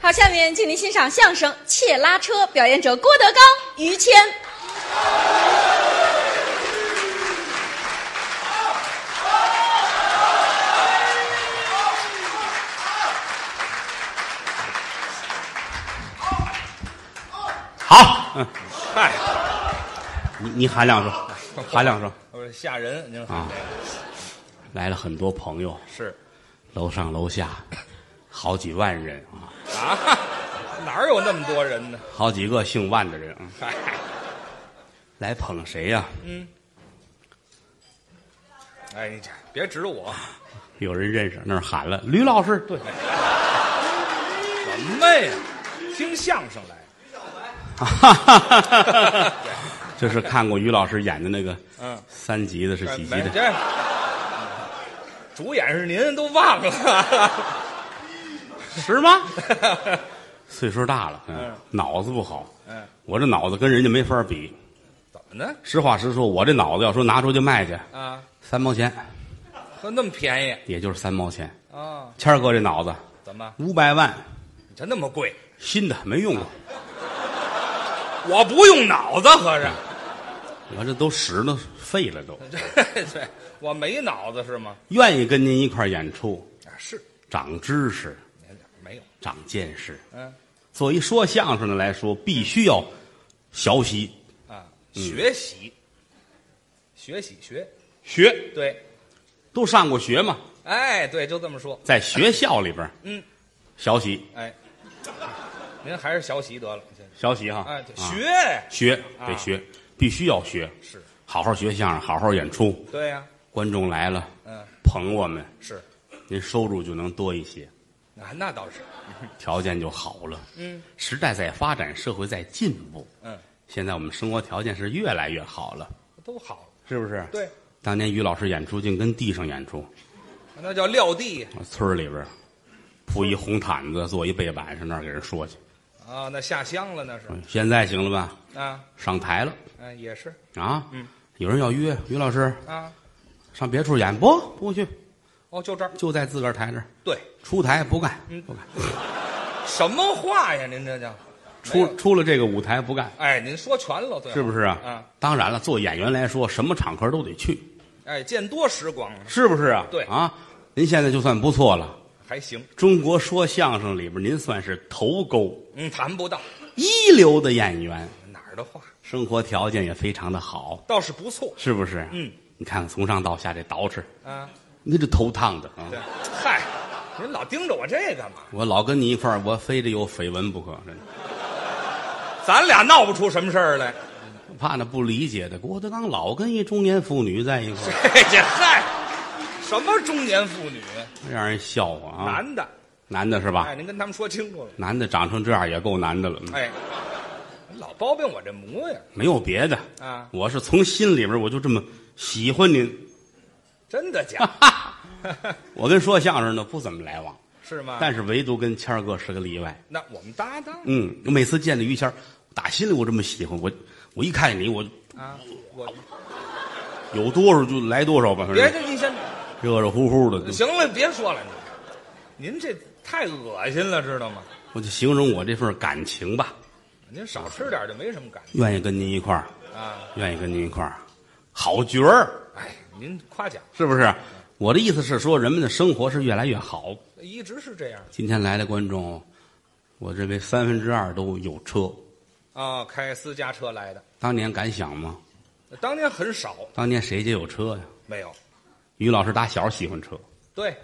好，下面请您欣赏相声《切拉车》，表演者郭德纲、于谦。好，嗯，嗨，你你喊两声，喊两声。哎我说吓人，您啊来了很多朋友，是楼上楼下，好几万人啊，啊，哪儿有那么多人呢？好几个姓万的人啊，嗨，来捧谁呀、哎，你这别指我，有人认识，那儿喊了吕老师， 对什么呀？听相声来的，啊，这是看过于老师演的那个嗯三级的是几级哎没的？这主演是您，都忘了。 是吗？岁数大了，嗯嗯，脑子不好，嗯，我这脑子跟人家没法比。怎么呢？实话实说，我这脑子要说拿出去卖去，啊，三毛钱，喝那么便宜也就是三毛钱。啊？谦儿哥这脑子怎么？五百万，你这那么贵？新的没用过，我不用脑子，合着。 我这都使了废了都。对对，我没脑子是吗？愿意跟您一块儿演出，啊，是，长知识，没有，长见识。嗯作为说相声的来说，必须要学习啊，学习，学习学，学，对，都上过学嘛，哎，对，就这么说。在学校里边儿嗯，学习哎，您还是学习得了，先学习哈，哎，对啊学学啊得学，必须要学，是，好好学相声，好好演出。对呀，观众来了，嗯，捧我们，是，您收入就能多一些，那那倒是，条件就好了。嗯，时代在发展，社会在进步，嗯，现在我们生活条件是越来越好了，都好了，是不是？对，当年于老师演出，竟跟地上演出，那叫撂地啊村儿里边儿铺一红毯子，做一背板，上那儿给人说去。啊，那下乡了那是嗯现在行了吧？啊，上台了嗯，也是啊！嗯，有人要约于老师啊，上别处演，不不去，哦，就这儿，就在自个儿台这儿对，出台不干，嗯不干，什么话呀？您这叫没出有出了这个舞台不干，哎，您说全了，对，是不是啊？嗯，当然了，做演员来说，什么场合都得去，哎，见多识广了，是不是啊？对啊，您现在就算不错了。还行，中国说相声里边，您算是头钩，嗯，谈不到一流的演员，哪儿的话，生活条件也非常的好，倒是不错是不是？嗯，你看看从上到下这捯饬，啊。你这头烫的啊对！，嗨，您老盯着我这干嘛？我老跟你一块儿，我非得有绯闻不可，真的。咱俩闹不出什么事儿来。怕那不理解的，郭德纲老跟一中年妇女在一块 儿，嘿这嗨，什么中年妇女？让人笑话啊！男的，男的是吧哎，？您跟他们说清楚了。男的长成这样也够难的了，嗯哎，您老包庇我这模样，没有别的啊我是从心里边我就这么喜欢您，真的假的？我跟说相声的不怎么来往， 是吗？但是唯独跟谦儿哥是个例外。那我们搭档嗯，我每次见着于谦儿，打心里我这么喜欢我，我一看见你，我啊，我有多少就来多少吧，反别正这你先热热乎乎的。行了，别说了，您您这太恶心了，知道吗？我就形容我这份感情吧，您少吃点就没什么感愿意跟您一块儿，觉啊。愿意跟您一块儿，好角儿，哎，您夸奖，是不是？我的意思是说，人们的生活是越来越好。一直是这样今天来的观众，我认为三分之二都有车。啊、开私家车来的，当年敢想吗？当年很少当年谁家有车呀？没有。于老师打小喜欢车， 对，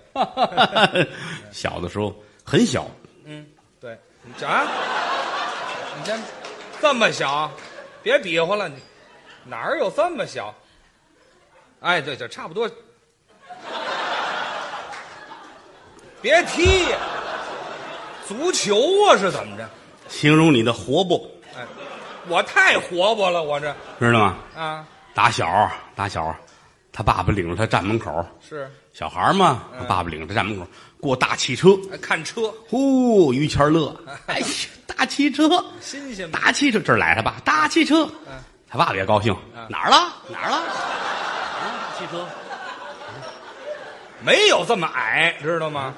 小的时候很小，嗯，对，你这啊，你先这么小，别比划了，你哪儿有这么小？哎，对，就差不多。别踢，足球啊是怎么着？形容你的活泼，哎，我太活泼了，我这知道吗？啊打小打小，他爸爸领着他站门口，是小孩儿嘛，嗯爸爸领着他站门口过大汽车，哎看车呼，于谦儿乐，哎呀，大汽车，新鲜吧？大汽车，这儿来他爸，大汽车，嗯他爸爸也高兴，嗯哪儿了哪儿了，啊，汽车，没有这么矮，知道吗？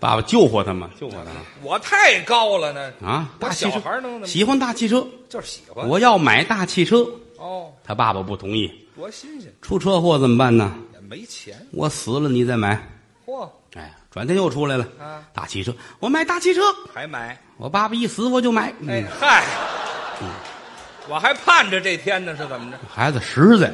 爸爸救活他嘛，救活他我太高了呢，啊！我大汽小车孩能怎么？喜欢大汽车，就是喜欢我要买大汽车。哦，他爸爸不同意，多新鲜，出车祸怎么办呢？也没钱，我死了你再买。嚯，哎，转天又出来了，啊大汽车，我买大汽车。还买，我爸爸一死我就买。嗯哎嗨，我还盼着这天呢，是怎么着？孩子实在，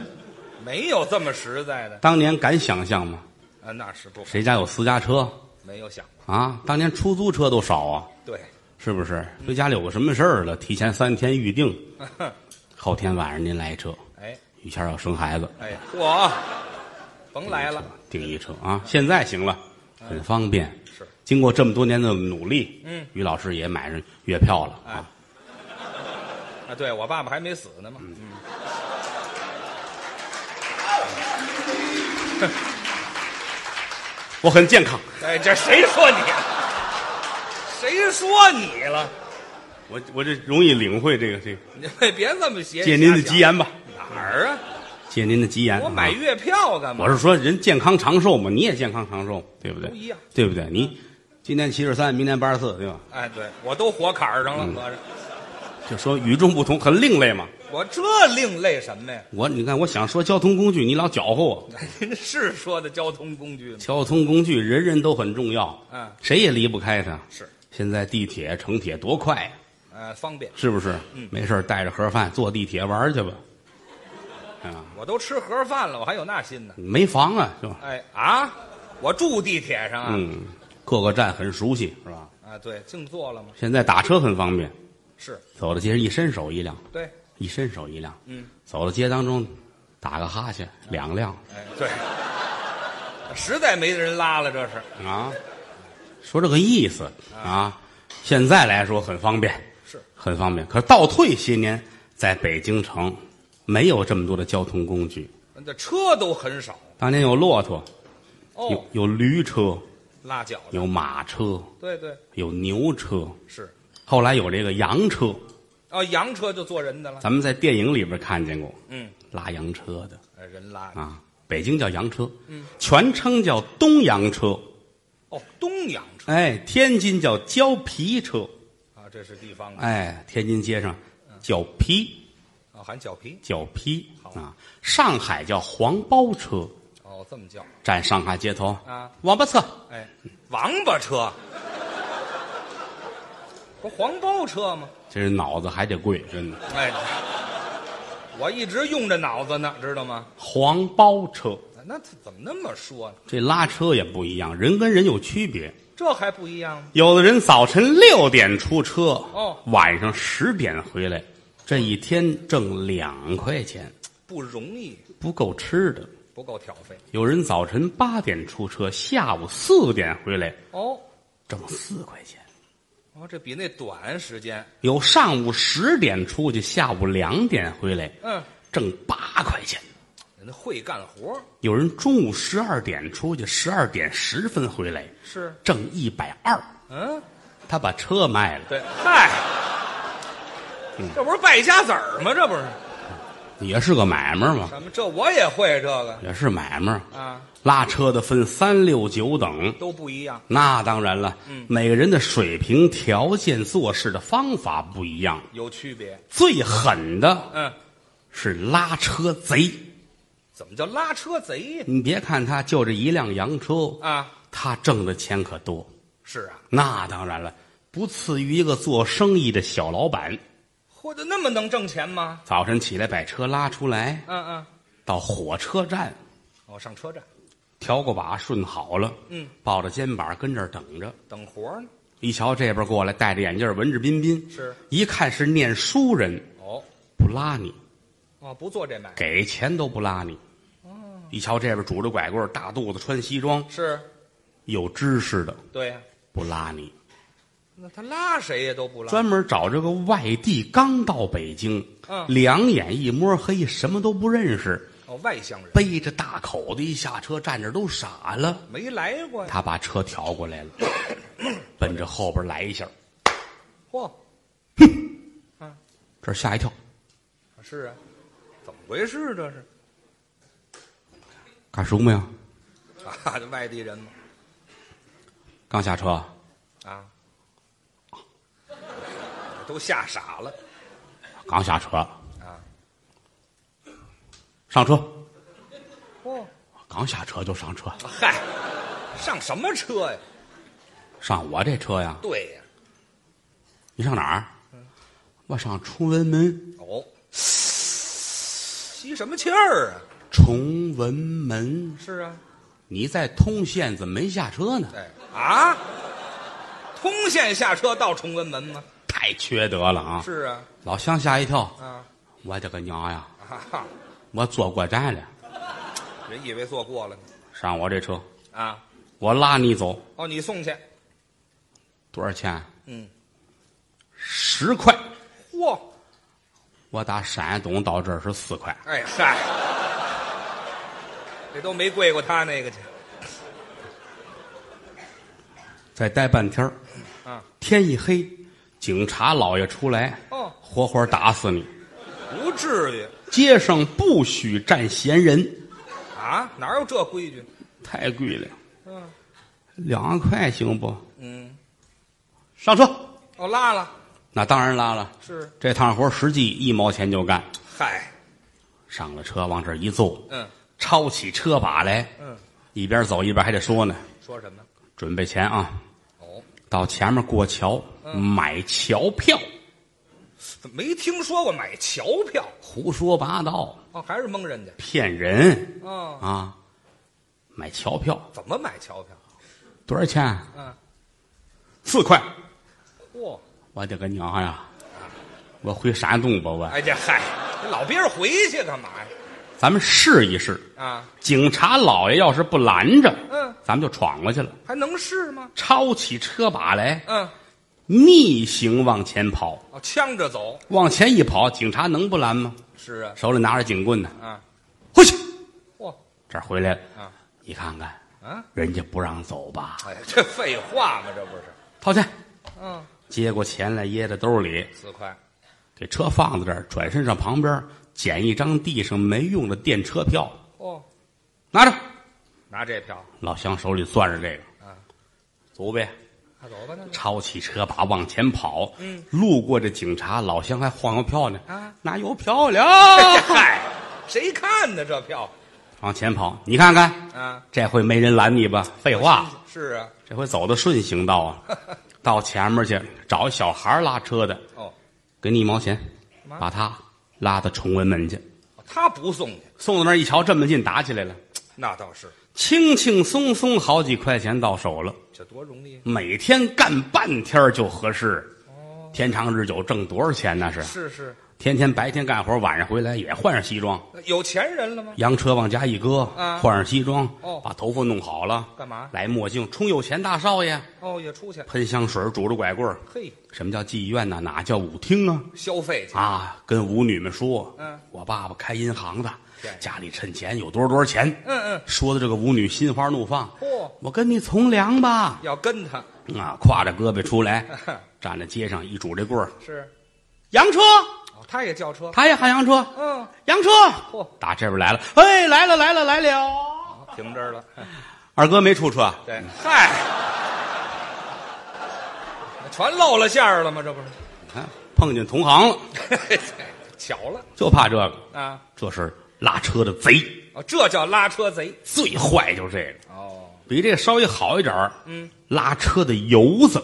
没有这么实在的当年敢想象吗？啊，那是不谁家有私家车没有想过，啊？当年出租车都少啊，对， 是不是？说家里有个什么事儿了，提前三天预定，后天晚上您来一车。哎于谦儿要生孩子，哎，嚯，甭来了，哎订一车啊！现在行了，很方便。是，经过这么多年的努力，嗯，于老师也买上月票了哎啊。啊，对我爸爸还没死呢嘛，嗯，我很健康，哎，这谁说你？谁说你了？我我这容易领会这个这个。你 别这么邪，借您的吉言吧，哪儿啊？借您的吉言。我买啊月票干嘛？我是说人健康长寿嘛，你也健康长寿，对不对？都一样，对不对？你今年七十三，明年八十四，对吧？哎，对我都活坎儿上嗯了，合着就说与众不同，很另类嘛。我这另类什么呀？ 我你看，我想说交通工具，你老搅和我。您是说的交通工具吗？交通工具人人都很重要，嗯谁也离不开它。是，现在地铁、城铁多快呀、呃，方便，是不是？嗯没事儿带着盒饭坐地铁玩儿去吧。啊，我都吃盒饭了，我还有那心呢。没房啊，就哎啊，我住地铁上啊，嗯，各个站很熟悉，是吧？啊，对，静坐了吗？现在打车很方便，是走到街上一伸手一辆，对，一伸手一辆，嗯，走到街当中，打个哈欠，两辆哎对， 实在没人拉了，这是啊，说这个意思啊。现在来说很方便，是很方便。可是倒退些年，在北京城没有这么多的交通工具。那这车都很少当年有骆驼，有哦，有驴车，拉饺子，有马车，对对有牛车，是，后来有这个洋车，哦，洋车就坐人的了，咱们在电影里边看见过嗯，拉洋车的哎人拉的啊。北京叫洋车，嗯全称叫东洋车。哦，东洋车哎，天津叫胶皮车，啊，这是地方的哎，天津街上叫皮啊，喊脚皮叫皮啊，上海叫黄包车，哦，这么叫站上海街头啊，王八车哎，王八车，不黄包车吗？这人脑子还得贵，真的哎，我一直用着脑子呢，知道吗？黄包车那他怎么那么说呢？这拉车也不一样，人跟人有区别，这还不一样吗？有的人早晨六点出车，哦晚上十点回来，这一天挣两块钱不容易，不够吃的。不够挑费有人早晨八点出车，下午四点回来，哦。挣四块钱。哦，这比那短时间，有上午十点出去，下午两点回来，嗯，挣八块钱；人会干活有人中午十二点出去，十二点十分回来，是，挣一百二。嗯，他把车卖了，对，嗨，这不是败家子儿吗？这不是也是个买卖嘛，什么？这我也会这个也是买卖。啊，拉车的分三六九等，都不一样，那当然了，每个人的水平、条件、做事的方法不一样。有区别。最狠的嗯，是拉车贼，怎么叫拉车贼呀？你别看他就这一辆洋车，啊，他挣的钱可多。是啊，那当然了，不次于一个做生意的小老板。活得那么能挣钱吗？早晨起来把车拉出来，嗯嗯，到火车站我、上车站调个把，顺好了，嗯，抱着肩膀跟这儿等着。等活儿呢。一瞧这边过来，戴着眼镜，文质彬彬，是一看是念书人，哦不拉你，哦，不做这买卖给钱都不拉你。嗯一瞧这边拄着拐棍儿，大肚子，穿西装，是，有知识的对呀、不拉你，那他拉谁也都不拉。专门找这个外地刚到北京，嗯两眼一摸黑，什么都不认识，哦，外乡人背着大口子一下车，站着都傻了。没来过呀。他把车调过来了，奔着后边来一下，嚯，这儿吓一跳，是啊，怎么回事？这是 干什么呀？啊，这外地人嘛，刚下车，啊，都吓傻了刚下车，啊！上车，哦，刚下车就上车，啊嗨，上什么车呀？上我这车呀？对呀，你上哪儿？我上崇文门，哦，吸什么气儿啊？崇文门。是啊，你在通县怎么没下车呢？哎啊，通县下车到崇文门吗？太缺德了啊！是啊，老乡吓一跳，啊我的个娘呀！啊哈，我坐过站了，人以为坐过了呢上我这车，啊。我拉你走，哦，你送去，多少钱？嗯，十块。嚯，我打山东到这儿是四块，哎嗨，这都没贵过他那个去再待半天儿啊。天一黑，警察老爷出来，哦活活打死你！不至于街上不许站闲人，啊，哪有这规矩？太贵了，嗯、两块行不？嗯，上车。哦，拉了那当然拉了，是，这趟活实际一毛钱就干。嗨，上了车，往这儿一坐，嗯抄起车把来，嗯，一边走一边还得说呢，说什么？准备钱啊，哦，到前面过桥嗯买桥票，怎么没听说过买桥票？胡说八道，哦，还是蒙人家？骗人哦，啊！买桥票怎么买桥票？多少钱？啊嗯，四块。嚯，我的个娘呀！我回山东吧，我哎这嗨，你老憋着回去干嘛呀？咱们试一试。啊，警察老爷要是不拦着，嗯，咱们就闯过去了。还能是吗？抄起车把来，嗯，逆行往前跑，哦，呛着走。往前一跑，警察能不拦吗？是啊，手里拿着警棍呢，啊，回去。嚯，这儿回来了，啊你看看，啊，人家不让走吧？ 哎呀，这废话嘛，这不是？掏钱，嗯，接过钱来，掖在兜里，四块。给车放在这儿，转身上旁边捡一张地上没用的电车票，哦，拿着。拿这票，老乡手里攥着这个啊，走呗。那走吧，那 就抄起车把往前跑，嗯，路过这警察，老乡还晃悠票呢，啊，哪有票了？ 嗨，谁看呢这票往前跑，你看看，啊？这回没人拦你吧？废话，是啊，这回走的顺行道 啊，到前面去找一小孩拉车的，哦，给你一毛钱，嘛把他拉到崇文门去。他不送去，送到那儿一瞧，这么近，打起来了，那倒是，轻轻松松好几块钱到手了，这多容易。啊每天干半天儿就合适。哦天长日久挣多少钱那是？是是，天天白天干活，晚上回来也换上西装，那有钱人了吗？洋车往家一搁，啊换上西装，哦把头发弄好了，干嘛？来墨镜，充有钱大少爷，哦，也出去，喷香水，拄着拐棍儿嘿，什么叫妓院呢？哪叫舞厅啊？消费去。啊，跟舞女们说，嗯我爸爸开银行的对，家里趁钱有多少多少钱，嗯嗯，说的这个舞女心花怒放，嚯，我跟你从良吧，要跟他啊，挎着胳膊出来，站在街上一拄这棍儿， 是，洋车，哦，他也叫车，他也喊洋车，嗯，洋车，嚯，打这边来了，哎，来了来了来了。停这儿了。二哥没出车，对，嗨， 全露了馅儿了吗？这不是 啊碰见同行了，嘿嘿，巧了就怕这个。啊！这是拉车的贼，哦，这叫拉车贼。最坏就这个，哦，比这个稍微好一点儿嗯，拉车的油子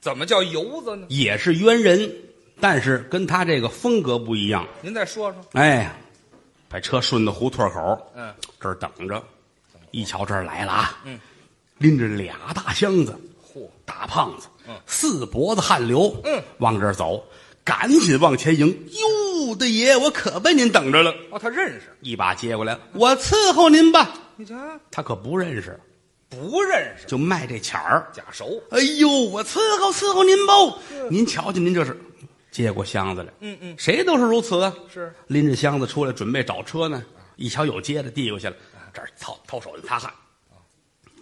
怎么叫油子呢？也是冤人，但是跟他这个风格不一样。您再说说。哎，把车顺到胡同口，嗯，这儿等着，一瞧这儿来了啊，嗯，拎着俩大箱子，嚯，大胖子，嗯四脖子汗流，嗯，往这儿走，赶紧往前迎。哟，大爷，我可被您等着了！哦，他认识一把接嗯过来，我伺候您吧。你瞧，他可不认识，不认识，就卖这钱儿。假 熟。哎呦，我伺候伺候您吧。您瞧瞧，您这是接过箱子来，嗯嗯，谁都是如此啊。是拎着箱子出来，准备找车呢，一瞧有接的，递过去了，这儿掏掏手就擦汗，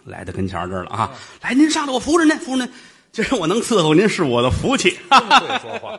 来到跟前儿这儿了嗯啊！来，您上来，我扶着您，扶着您。今儿我能伺候您是我的福气。这么会说话。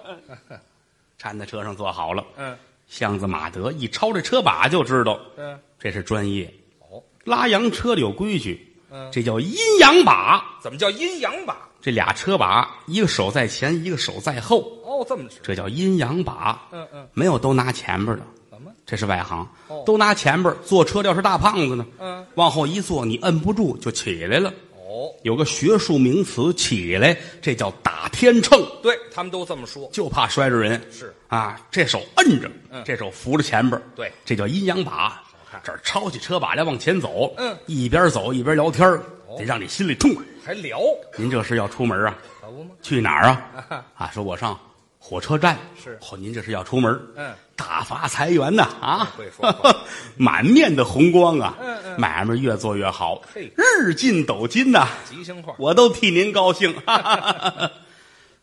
搀在车上坐好了，嗯箱子马德一抄这车把就知道嗯，这是专业，哦，拉洋车的有规矩，嗯这叫阴阳把。怎么叫阴阳把？这俩车把，一个手在前，一个手在后，哦，这么吃，这叫阴阳把。嗯嗯，没有都拿前边的，怎么？这是外行哦。都拿前边坐车的要是大胖子呢，嗯，往后一坐，你摁不住就起来了。哦，有个学术名词，起来这叫打天秤，对他们都这么说，就怕摔着人。是啊，这手摁着，嗯这手扶着前边，对这叫阴阳把看。这儿抄起车把来往前走，嗯哦一边走一边聊天儿，得让你心里痛快。还聊您这是要出门啊？可不吗？去哪儿啊 啊？啊，说我上火车站。是哦，您这是要出门？嗯，大发财源呐啊！会说话 满面的红光啊！嗯嗯买卖越做越好嘿，日进斗金呐！吉祥话我都替您高 兴。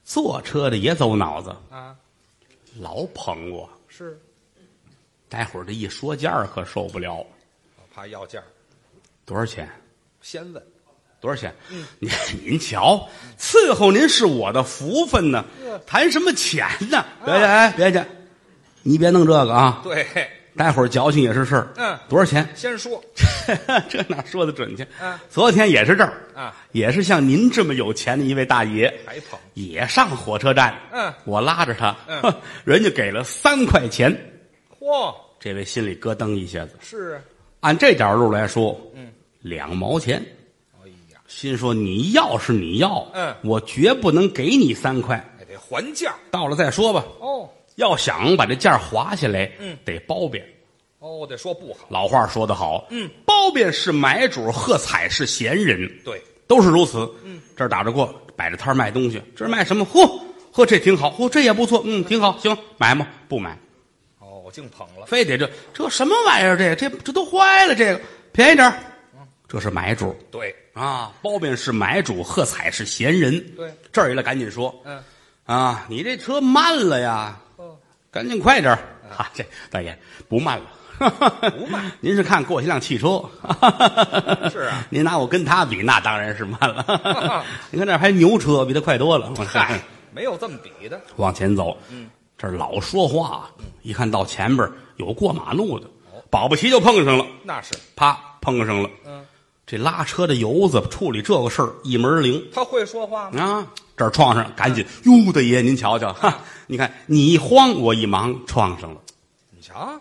坐车的也走脑子，啊，老捧我，是待会儿这一说价儿可受不了。啊怕要价，多少钱？先问多少钱？嗯您 您瞧，伺候您是我的福分呢嗯，谈什么钱呢？别介，哎，别介，你别弄这个啊！对，待会儿矫情也是事儿。嗯多少钱？ 先说这哪说的准去？嗯昨天也是这儿啊，也是像您这么有钱的一位大爷，还捧也上火车站。嗯我拉着他，嗯哼 人家给了三块钱，嚯，这位心里咯噔一下子。是啊，按这点儿路来说，嗯，两毛钱。哎呀，心说你要是你要，嗯我绝不能给你三块，还得还价到了再说吧。哦要想把这价儿划下来，嗯得包贬。哦，我得说不好，老话说得好，嗯，包贬是买主，喝彩是闲人，对，都是如此。嗯，这儿打着过，摆着摊儿卖东西，这儿卖什么？嚯，呵，这挺好，嚯，这也不错，嗯，挺好，行，买吗？不买，哦，我净捧了，非得这这什么玩意儿？这这这都坏了，这个便宜点儿嗯这是买主对啊，包贬是买主，喝彩是闲人。对，这儿一来赶紧说，嗯，啊，你这车慢了呀，哦，赶紧快点儿！哈、这大爷不慢了，啊不慢。 您是看过去辆汽车， 是啊，。您拿我跟他比，那当然是慢了 你看那儿还牛车，比他快多了。嗨，嗯没有这么比的， 往前走，这儿老说话，嗯一看到前边儿有过马路的，哦保不齐就碰上了，那是，啪碰上了。嗯，这拉车的油子处理这个事儿一门儿灵他会说话吗？啊！这儿撞上，赶紧嗯哟，大爷您瞧瞧，哈，你看你一慌我一忙，撞上了。你瞧，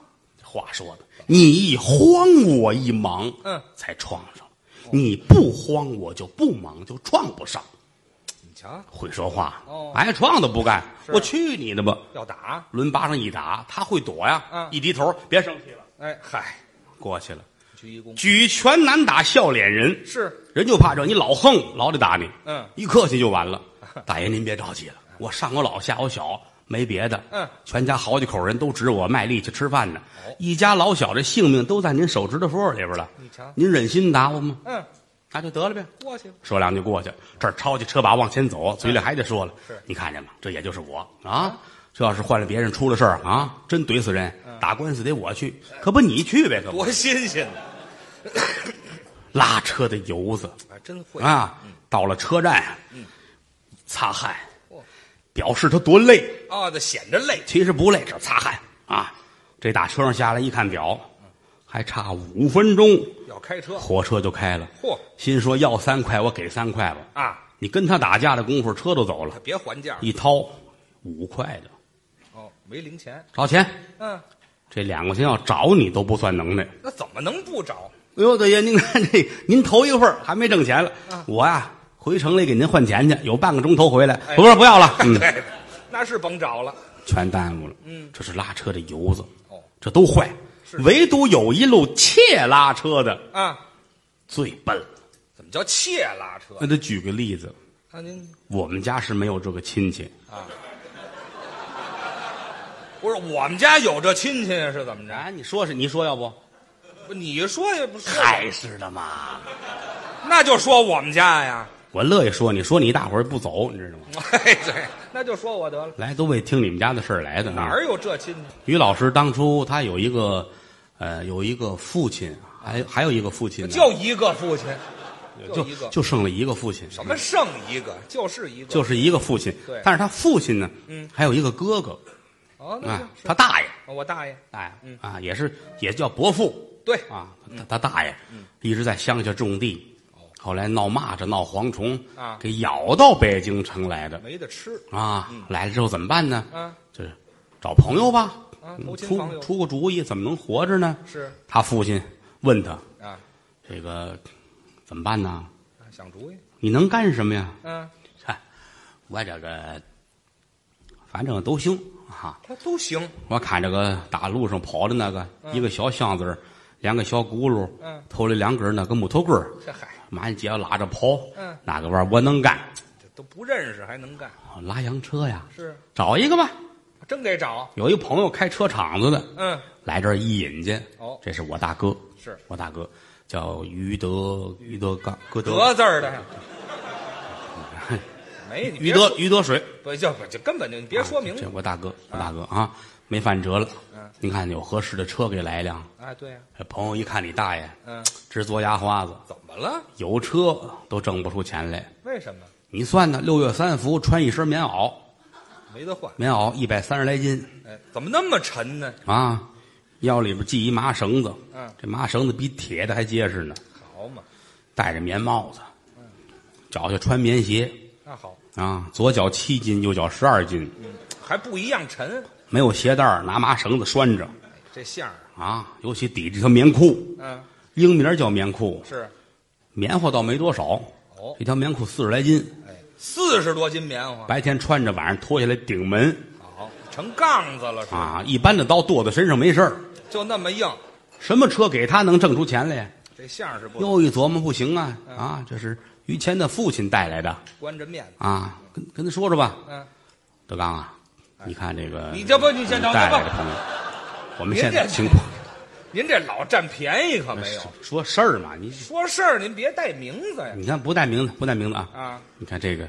话说的，你一慌我一忙，嗯才撞上了。你不慌我就不忙，就撞不上。你瞧，会说话，哦挨撞都不干。是我去你的吧！要打，抡巴掌一打，他会躲呀。嗯一低头，别生气了，哎嗨，过去了。鞠一躬，举拳难打笑脸人，是人就怕这，你老横，老得打你。嗯一客气就完 了。大爷您别着急了，我上我老下我小，没别的。嗯，哦全家好几口人都指我卖力气吃饭呢，一家老小的性命都在您手指头缝里边了。你瞧您忍心打我吗？嗯，那就得了呗。过去吧，说两句过去，这儿抄起车把往前走，嘴里还得说了：“是嗯你看见吗？这也就是我啊！这要是换了别人出了事儿啊，真怼死人！打官司得我去，可不你去呗，可不多新鲜呢，拉车的油子还真会，嗯啊，到了车站，啊擦汗嚯，表示他多累，啊，这显着累，其实不累，这擦汗啊。这打车上下来一看表，嗯还差五分钟，要开车，火车就开了。嚯心说要三块，我给三块吧。啊，你跟他打架的功夫，车都走了。别还价，一掏五块的，哦，没零钱，找钱。嗯，这两块钱要找你都不算能耐。那怎么能不找？哎呦，大爷，您看这，您头一份儿还没挣钱了，啊我呀、回城里给您换钱去，有半个钟头回来。哎不是，不要了， 嗯，对，那是甭找了，全耽误了。嗯，这是拉车的油子，哦，这都坏，是唯独有一路窃拉车的啊，最笨了。怎么叫窃拉车？那得举个例子，那啊您我们家是没有这个亲戚，不是我们家有这亲戚是怎么着？哎，你说是你说要不？不你说也不是，还是的嘛，那就说我们家呀，我乐意说，你说你一大伙儿不走，你知道吗？ 哎，对，那就说我得了，来，都为听你们家的事儿来的。哪儿有这亲戚？于老师当初他有一个，呃，有一个父亲，还还有一个父亲呢，就一个父亲，就就一个，就剩了一个父亲，什么剩一个，就是一个，就是一个父亲对。但是他父亲呢，嗯还有一个哥哥哦，那啊就，是他大爷，我大爷，大爷嗯啊，也是也叫伯父对，啊，他他大爷一直在乡下种地，嗯哦，后来闹蚂蚱、闹蝗虫啊给咬到北京城来的没得吃啊。嗯来了之后怎么办呢？啊就是找朋友吧，啊，嗯投亲访出友出个主意，怎么能活着呢？是他父亲问他啊，这个怎么办呢？啊想主意，你能干什么呀？嗯，嗨，我这个反正都行啊。他都行，我看这个大路上跑的那个，一个小箱子儿，两个小轱辘，嗯头里两根儿那个木头棍儿，这嗨，满街拉着跑，嗯那个玩意儿我能干，这都不认识还能干，哦拉洋车呀，是找一个吧。真得找，有一朋友开车厂子的，嗯，来这儿一引去，哦这是我大哥，是我大哥，叫于德于德刚歌德德字 儿的，没你于别德说于德水，不就不就根本就你别说明啊这白我大哥我大哥啊，没饭辙了嗯，您看有合适的车给来一辆。啊，对呀，这朋友一看你大爷嗯，直嘬牙花子，怎么了？有车都挣不出钱来。为什么你算呢？六月三伏穿一身棉袄，没得换？棉袄一百三十来斤哎，怎么那么沉呢？啊，腰里边系一麻绳子，嗯这麻绳子比铁的还结实呢。好嘛，戴着棉帽子，脚下穿棉鞋那好，嗯啊，左脚七斤，右脚十二斤，还不一样沉，没有鞋带儿拿麻绳子拴着哎这相儿，啊，尤其底这条棉裤，嗯，英名叫棉裤，是棉花倒没多少，哦一条棉裤四十来斤，哎，四十多斤棉花，白天穿着，晚上脱下来顶门好，成杠子了是吧？啊，一般的刀剁在身上没事儿。就那么硬，什么车给他能挣出钱来？这相儿是不嗯又一琢磨，不行啊啊！这是于谦的父亲带来的关着面子。啊，跟跟他说说吧，嗯，德刚啊，你看这个，哎你这不你先找带来等的等朋友，我们您现在这情况您这老占便宜可没有。说事儿嘛，你说事儿您别带名字呀。你看不带名字，不带名字啊，啊你看这个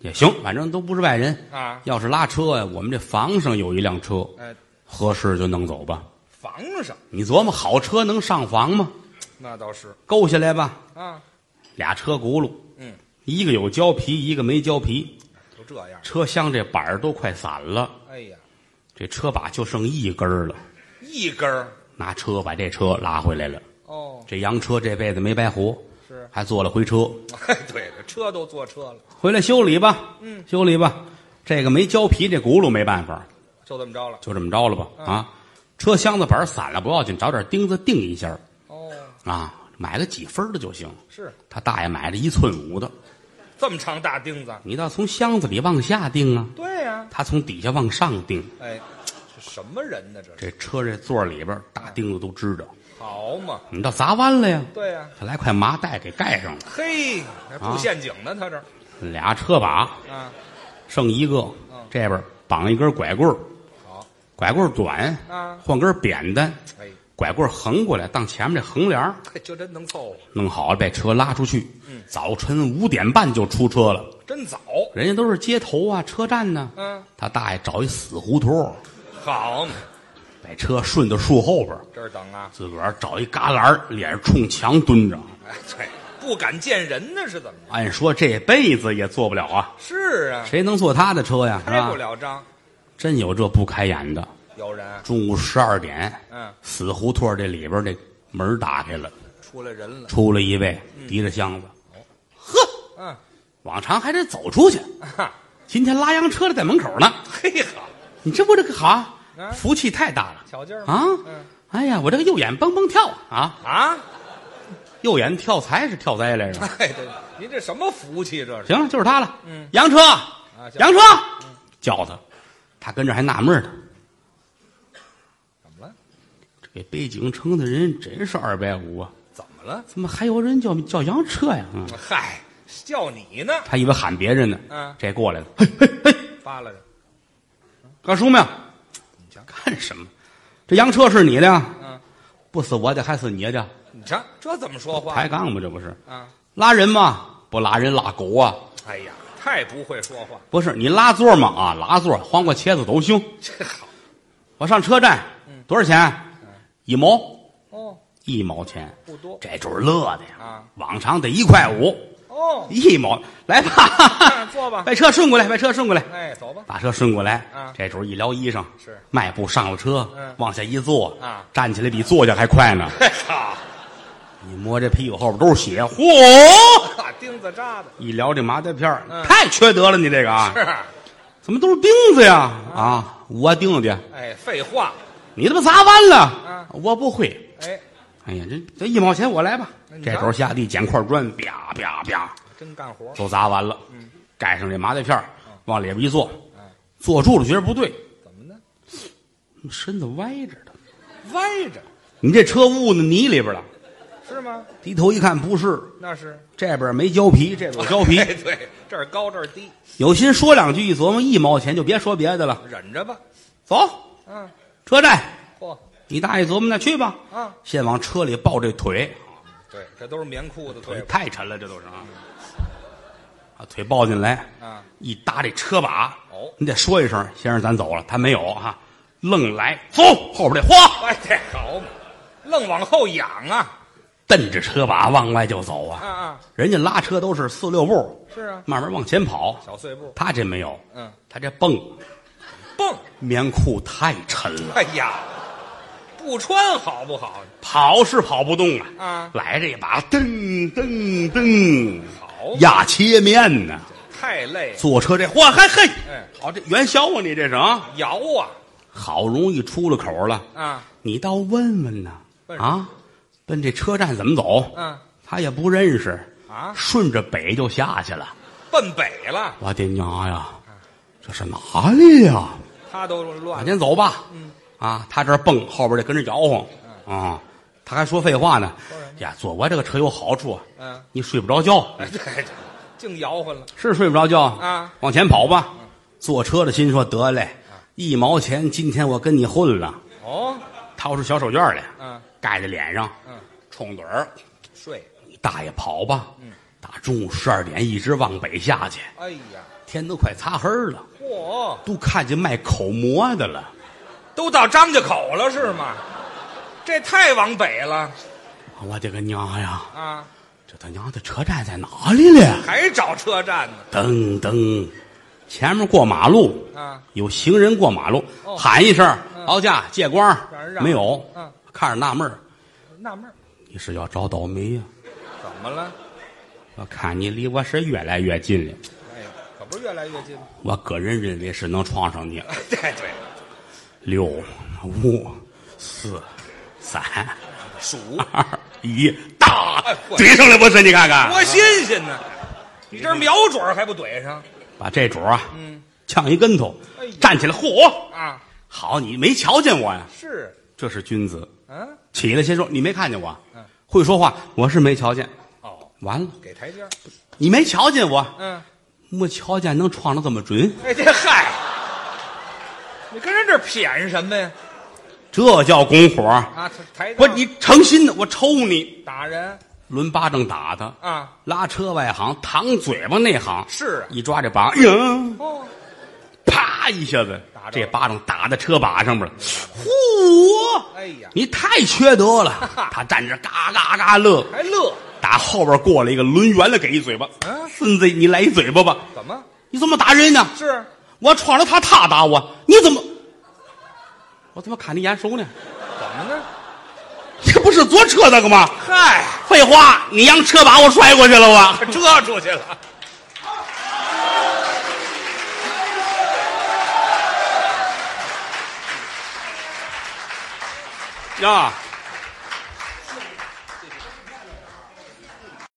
也行，反正都不是外人啊，要是拉车呀，我们这房上有一辆车，哎，合适就弄走吧。防上你琢磨，好车能上房吗？那倒是勾下来吧，啊，俩车轱辘，嗯，一个有胶皮，一个没胶皮，就这样。车厢这板儿都快散了。哎呀，这车把就剩一根儿了，一根儿拿车把这车拉回来了。哦，这洋车这辈子没白活，是还坐了回车，哎， 对了，车都坐车了，回来修理吧，嗯，修理吧。这个没胶皮，这轱辘没办法，就这么着了。就这么着了吧嗯啊。车厢子板儿散了不要紧，找点钉子钉一下儿哦，啊，买个几分儿的就行。是他大爷买的一寸五的，这么长大钉子。你倒从箱子里往下钉啊，对呀、他从底下往上钉。哎，这什么人呢？这是这车这座儿里边儿大钉子都知道，好嘛？你倒砸弯了呀。对呀、他来块麻袋给盖上了，嘿，还布陷阱呢，他这儿俩车把啊，剩一个嗯，这边绑一根拐棍儿，好，拐棍儿短啊，换根扁担，哎，拐棍儿横过来当前面这横梁儿，嘿就真能凑合，弄好了把车拉出去。嗯早晨五点半就出车了，真早。人家都是街头啊、车站呢。嗯，他大爷找一死胡同儿，好嘛，把车顺着树后边儿，这儿等啊。自个儿找一旮旯儿，脸冲墙蹲着。哎，对，不敢见人呢，是怎么着？按说这辈子也做不了啊，是啊，谁能坐他的车呀？是开吧不？了张，真有这不开眼的，有人，中午十二点，嗯，死胡同这里边这门儿打开了，出来人了，出来一位，提着箱子，嗯，往常还得走出去，哈，今天拉洋车的在门口呢。嘿好，你这不这个好啊，福气太大了巧劲儿嘛啊嗯！哎呀，我这个右眼蹦蹦跳啊，啊，右眼跳财是跳灾来 着。哎，对，您这什么福气这是？行了，就是他了。嗯洋车，行洋车，嗯叫他，他跟这还纳闷呢。怎么了？这给北京城的人真是二百五啊，怎么了？怎么还有人叫叫洋车呀？嗯嗨，叫你呢，他以为喊别人呢。嗯这过来了，嘿嘿嘿，扒拉着，干什么呀你瞧？干什么？这洋车是你的呀？嗯，不是我的，还是你的？你瞧这怎么说话抬杠吗？这不是啊？拉人吗？不拉人拉狗啊？哎呀，太不会说话，不是你拉座吗？啊，拉座，黄瓜茄子都行。这好嗯我上车站，多少钱？一毛，哦，一毛钱。不多这主儿乐的呀，啊往常得一块五，哦，一毛。来吧， 坐吧 把车顺过来，把车顺过来，哎，走吧，把车顺过来。啊这主儿一撩衣裳，是迈步上了车，嗯往下一坐，啊站起来比坐下还快呢。嘿好，你摸这屁股后边都是血，嚯！打钉子扎的，一聊这麻袋片儿嗯太缺德了，你这个啊，是，怎么都是钉子呀？啊，我钉子去， 哎，废话，你他妈砸弯了嗯，我不会。哎，哎呀，这这一毛钱我来吧那。你这看头下地捡块砖，啪啪啪，真干活，都砸完了。盖上这麻袋片儿往里边一坐，坐住了觉得不对，怎么呢？身子歪着的。歪着，你这车误那泥里边了。是吗？低头一看，不是，那是。这边没胶皮，这边有胶皮 哎对，这儿高这儿低，有心说两句，一琢磨一毛钱就别说别的了，忍着吧，走嗯，车站。嚯，你大爷琢磨那去吧，嗯先往车里抱这腿，对，这都是棉裤子腿腿吧，太沉了，这都是啊，啊，腿抱进来，啊，一搭这车把，哦你得说一声，先生，咱走了，他没有啊，愣来，走，后边这哗，哎，这好嘛，愣往后仰啊，蹬着车把往外就走啊啊，啊，人家拉车都是四六步，是啊，慢慢往前跑，小碎步，他这没有，嗯，他这蹦，蹦，棉裤太沉了，哎呀，不穿好不好？跑是跑不动啊，啊来这一把，噔噔噔，好嘛，压切面呢、太累了，坐车这嚯嘿嘿，哎好这元宵啊，你这是啊，摇啊好容易出了口了，啊，你倒问问呐问什么啊，奔这车站怎么走？嗯他也不认识啊顺着北就下去了。奔北了，我的娘呀，这是哪里呀？他都乱往了，前走吧，嗯啊，他这儿蹦，后边儿就跟着摇晃，啊，他还说废话呢说什么，呀，坐我这个车有好处啊，嗯，你睡不着觉，哎，对，净摇晃了，是睡不着觉啊，往前跑吧。坐车的心说得嘞，一毛钱，今天我跟你混了。哦，掏出小手绢儿来，嗯盖在脸上，嗯，冲嘴儿，睡，你大爷跑吧。嗯打中午十二点一直往北下去，哎呀，天都快擦黑儿了，嚯，都看见卖口蘑的了。都到张家口了是吗？这太往北了我的个娘呀！啊，这他娘的车站在哪里了？还找车站呢噔噔，前面过马路，啊，有行人过马路，哦喊一声嗯“劳驾借光儿让人”，让没有嗯，看着纳闷儿，纳闷儿你是要找倒霉呀、怎么了？我看你离我是越来越近了，哎，可不是越来越近吗？我个人认为是能撞上你。 对对，六、五、四、三、数，二、一，大哎我怼上来不是？你看看，多新鲜呢！你这瞄准儿还不怼上把这主啊，嗯，呛一跟头哎呀，站起来，嚯！啊？好，你没瞧见我呀？是，这是君子。嗯，起来先说，你没看见我嗯？会说话，我是没瞧见。哦，完了，给台阶儿，你没瞧见我，嗯，没瞧见能撞得这么准，哎，这嗨，你跟人这儿谝什么呀？这叫拱火。啊，台台阶我儿你诚心的，我抽你，打人抡巴掌打他，啊？拉车外行，搪嘴巴内行，是啊，一抓这把，呀，哦，啪一下子打，这着了巴掌打在车把上面了，嚯！哎呀，你太缺德了！哈他站着嘎嘎嘎乐，还乐？打后边过来一个抡圆了，给一嘴巴。嗯孙子，你来一嘴巴吧！怎么你怎么打人呢？是？我闯了他，他打我，你怎么？我怎么看你眼熟呢？怎么呢？这不是坐车那个吗？嗨，废话，你让车把我甩过去了我。遮出去了。呀，